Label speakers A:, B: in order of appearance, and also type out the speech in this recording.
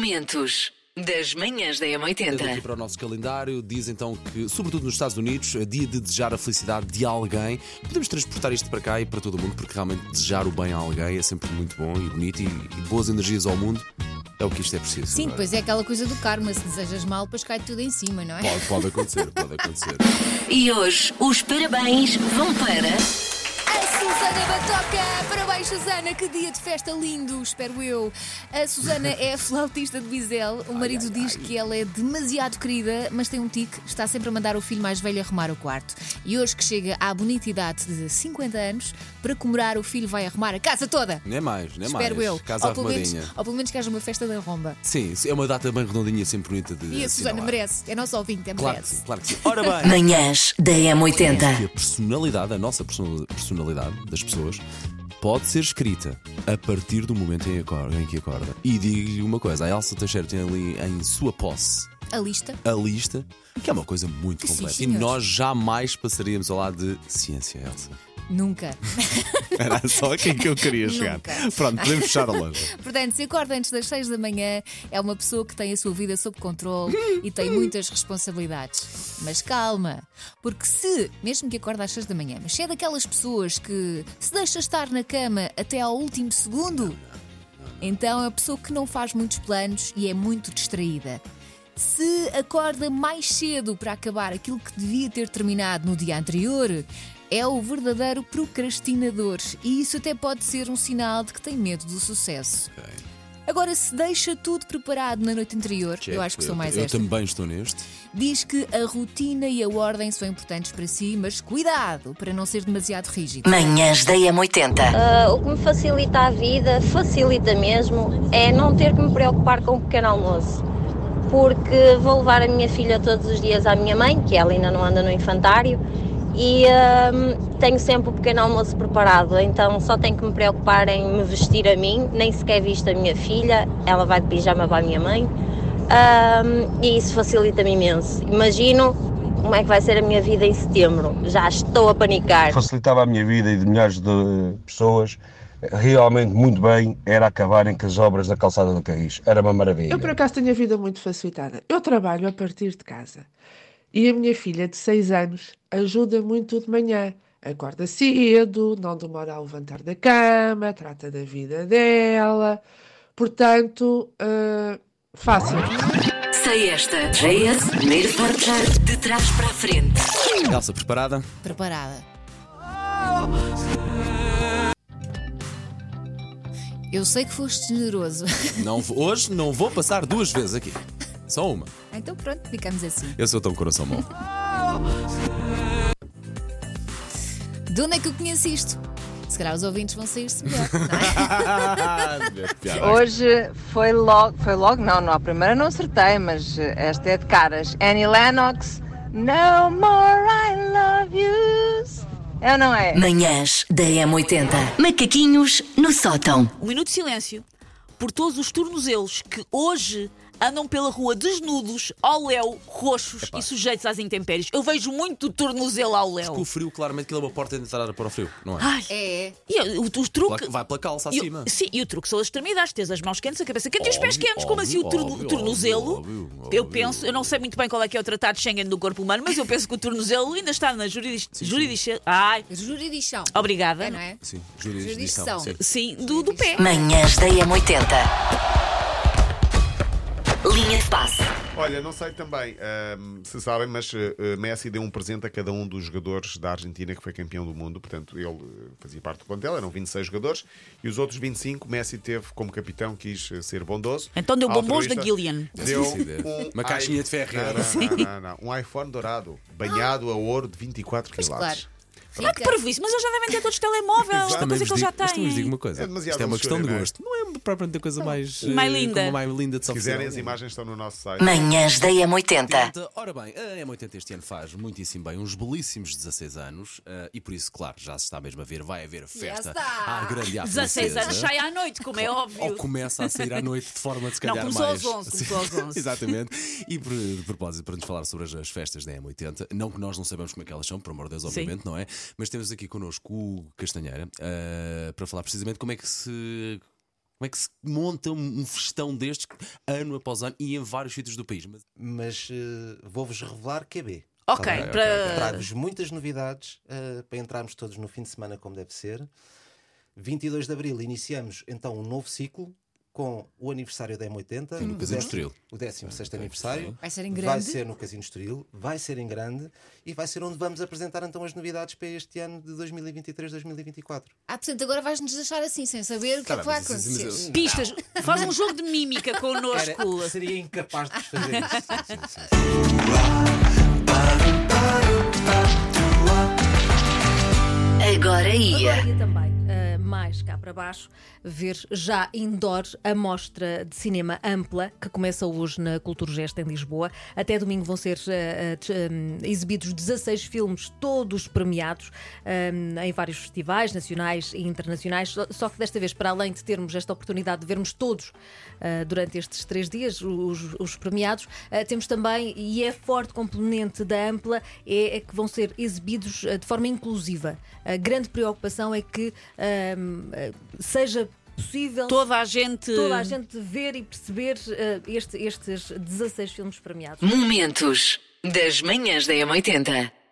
A: Momentos das manhãs da
B: Olhando aqui
A: M80.
B: para o nosso calendário, diz então que, sobretudo nos Estados Unidos, é dia de desejar a felicidade de alguém. Podemos transportar isto para cá e para todo o mundo, porque realmente desejar o bem a alguém é sempre muito bom e bonito e, e boas energias ao mundo é o que isto é preciso.
C: Sim,
B: não é?
C: depois é aquela coisa do karma, se desejas mal, depois cai tudo em cima, não é?
B: Pode, pode acontecer, pode acontecer.
A: E hoje os parabéns vão para.
C: A Susana Batoca! Parabéns, Susana! Que dia de festa lindo, espero eu! A Susana é a flautista de Bisel. O marido diz que ela é demasiado querida, mas tem um tique, está sempre a mandar o filho mais velho arrumar o quarto. E hoje que chega à bonita idade de 50 anos, para comemorar, o filho vai arrumar a casa toda!
B: Nem é mais, nem
C: espero
B: mais.
C: eu!
B: Casa
C: ou, pelo menos,
B: arrumadinha.
C: ou pelo menos que haja uma festa da romba.
B: Sim, é uma data bem redondinha, sempre bonita de.
C: E a Susana
B: assinalar.
C: merece, é nosso ouvinte, é
B: Claro que
C: merece.
B: sim, claro que sim. Ora bem.
A: Manhãs da
B: que
A: M80.
B: a personalidade, a nossa personal- personalidade das pessoas, pode ser escrita a partir do momento em, acor- em que acorda. E digo-lhe uma coisa: a Elsa Teixeira tem ali em sua posse
C: A lista.
B: a lista, que é uma coisa muito
C: Sim,
B: complexa. E
C: senhor.
B: nós jamais passaríamos ao lado de ciência, Elsa.
C: Nunca.
B: Era só quem que eu queria chegar.
C: Nunca.
B: Pronto, podemos fechar a loja.
C: Portanto, se acorda antes das 6 da manhã, é uma pessoa que tem a sua vida sob controle e tem muitas responsabilidades. Mas calma, porque se, mesmo que acorda às 6 da manhã, mas se é daquelas pessoas que se deixa estar na cama até ao último segundo, então é a pessoa que não faz muitos planos e é muito distraída. Se acorda mais cedo para acabar aquilo que devia ter terminado no dia anterior, é o verdadeiro procrastinador. E isso até pode ser um sinal de que tem medo do sucesso. Agora, se deixa tudo preparado na noite anterior, eu acho que sou mais
B: Eu
C: esta.
B: também estou neste.
C: Diz que a rotina e a ordem são importantes para si, mas cuidado para não ser demasiado rígido.
A: Manhãs da M80.
D: Ah, o que me facilita a vida, facilita mesmo, é não ter que me preocupar com o pequeno almoço. Porque vou levar a minha filha todos os dias à minha mãe, que ela ainda não anda no infantário, e ahm, tenho sempre o pequeno almoço preparado, então só tenho que me preocupar em me vestir a mim, nem sequer visto a minha filha, ela vai de pijama para a minha mãe, Ahm, e isso facilita-me imenso. Imagino como é que vai ser a minha vida em setembro, já estou a panicar.
E: facilitava a minha vida e de milhares de pessoas realmente muito bem era acabarem com as obras da calçada do Carris. Era uma maravilha.
F: Eu, por acaso, tenho a vida muito facilitada. Eu trabalho a partir de casa. E a minha filha, de 6 anos, ajuda muito de manhã. Acorda cedo, não demora a levantar da cama, trata da vida dela. Portanto, eh, fácil.
A: Sei esta. JS, primeiro portar de trás para a frente.
B: Elsa, preparada?
C: Preparada. Eu sei que foste generoso.
B: Não, vou- hoje não vou passar duas vezes aqui. Só uma.
C: Então pronto, ficamos assim.
B: Eu sou tão coração mau.
C: De onde é que eu conheço isto? Se calhar os ouvintes vão sair-se melhor.
B: Ah,
G: Hoje foi logo, foi logo, não, não, a primeira não acertei, mas eh, esta é de caras. Annie Lennox, No More I Love Yous. É ou não é?
A: Manhãs da M80. Macaquinhos no sótão.
H: Um minuto de silêncio por todos os tornozelos que hoje andam pela rua desnudos, ao léu, roxos e sujeitos às intempéries. Eu vejo muito tornozelo ao
B: Com o
H: léu.
B: frio, claramente, aquilo é uma porta de entrada para o frio, não é?
H: Ai,
C: É, é.
H: e Ah, eu- o, o truque.
B: Pela- Vai pela calça
H: e o-
B: acima.
H: sim, e o truque são as extremidades, tens as mãos quentes, a cabeça quente e os pés
B: Óbvio,
H: quentes, como assim o
B: óbvio,
H: torno-
B: óbvio,
H: tornozelo?
B: óbvio, óbvio,
H: eu
B: óbvio.
H: penso, eu não sei muito bem qual é que é o tratado de Schengen do corpo humano, mas eu penso que o tornozelo ainda está na juridis, juridicção. Ai,
C: Juridição.
H: Obrigada.
C: É, não é?
B: Sim,
C: Jurisdição.
B: jurisdição. sim.
H: sim, do, do pé.
A: Manhãs da M80. Linha de passe.
I: Olha, não sei também ahm, se sabem, mas eh, eh, Messi deu um presente a cada um dos jogadores da Argentina que foi campeão do mundo. Portanto, ele eh, fazia parte do plantel, eram 26 jogadores e os outros 25 Messi teve como capitão, quis eh, ser bondoso.
H: Então deu bombons da
I: altruísta,
H: Gillian.
I: Deu
B: Sim, sim, deu.
I: um
B: Uma caixinha de ferro.
I: Não, não, não, não, não. Um iPhone dourado, banhado a ouro de 24
C: Pois
I: quilates.
C: claro.
H: Ah, que parvoíce, mas eles já devem ter todos telemóveis,
B: Mas
H: da
B: também
H: é coisa
B: vos
H: que eles já
B: digo- mas também vos digo
H: têm.
B: uma coisa.
I: É demasiado
B: Isto é uma questão de
I: luxúria, não é?
B: gosto. Não é propriamente a coisa mais.
H: Mais
B: eh,
H: linda.
B: como mais linda de
I: Se quiserem, as
B: software.
I: imagens estão no nosso site.
A: Manhãs da M80.
B: Ora bem, a M80 este ano faz muitíssimo bem, uns belíssimos 16 anos, eh, e por isso, claro, já se está mesmo a ver, vai haver festa
C: está.
B: à grande e à
H: 16
B: francesa.
H: anos sai à noite, como é
B: Ou
H: óbvio.
B: começa a sair à noite de forma de se
H: Não,
B: calhar
H: começou
B: mais.
H: aos 11, começou aos 11.
B: Exatamente. E por, de propósito, para nos falar sobre as, as festas da M80, não que nós não sabemos como é que elas são, por amor de Deus, obviamente, não é? Mas temos aqui connosco o Castanheira eh, para falar precisamente como é que se Como é que se monta um um festão destes ano após ano e em vários sítios do país? Mas
I: Mas eh, vou-vos revelar que é B.
J: Ok,
I: Tá bem?
J: para.
I: Trago-vos muitas novidades eh, para entrarmos todos no fim de semana como deve ser. 22 de Abril iniciamos então um novo ciclo com o aniversário da M80. o
B: Casino
I: décimo-
B: Estoril.
I: O 16 aniversário.
C: Vai ser em
I: Vai
C: grande?
I: ser no Casino Estoril, vai ser em grande e vai ser onde vamos apresentar então as novidades para este ano de 2023-2024.
C: Ah, portanto, agora vais-nos deixar assim, sem saber o que é que vai
B: Tá mas isso- mas
C: acontecer.
B: isso-
J: Pistas, faz um jogo de mímica connosco.
I: Era- seria incapaz de fazer isso. Sim, sim, sim.
K: Agora ia.
A: Agora ia também, ah, mais cá para baixo, ver já indoor a mostra de cinema ampla que começa hoje na Cultura Gesta em Lisboa. Até domingo vão ser ah, ah, des- hum, exibidos 16 filmes, todos premiados hum, em vários festivais nacionais e internacionais. Só- Só que desta vez, para além de termos esta oportunidade de vermos todos ah, durante estes três dias os, os premiados, ah, temos também, e é forte componente da ampla, é, é que vão ser exibidos ah, de forma inclusiva. A grande preocupação é que ahm, ah, seja possível
J: Toda a gente.
A: toda a gente ver e perceber
F: eh,
A: ah, este- estes 16 filmes premiados.
K: Momentos das manhãs da M80.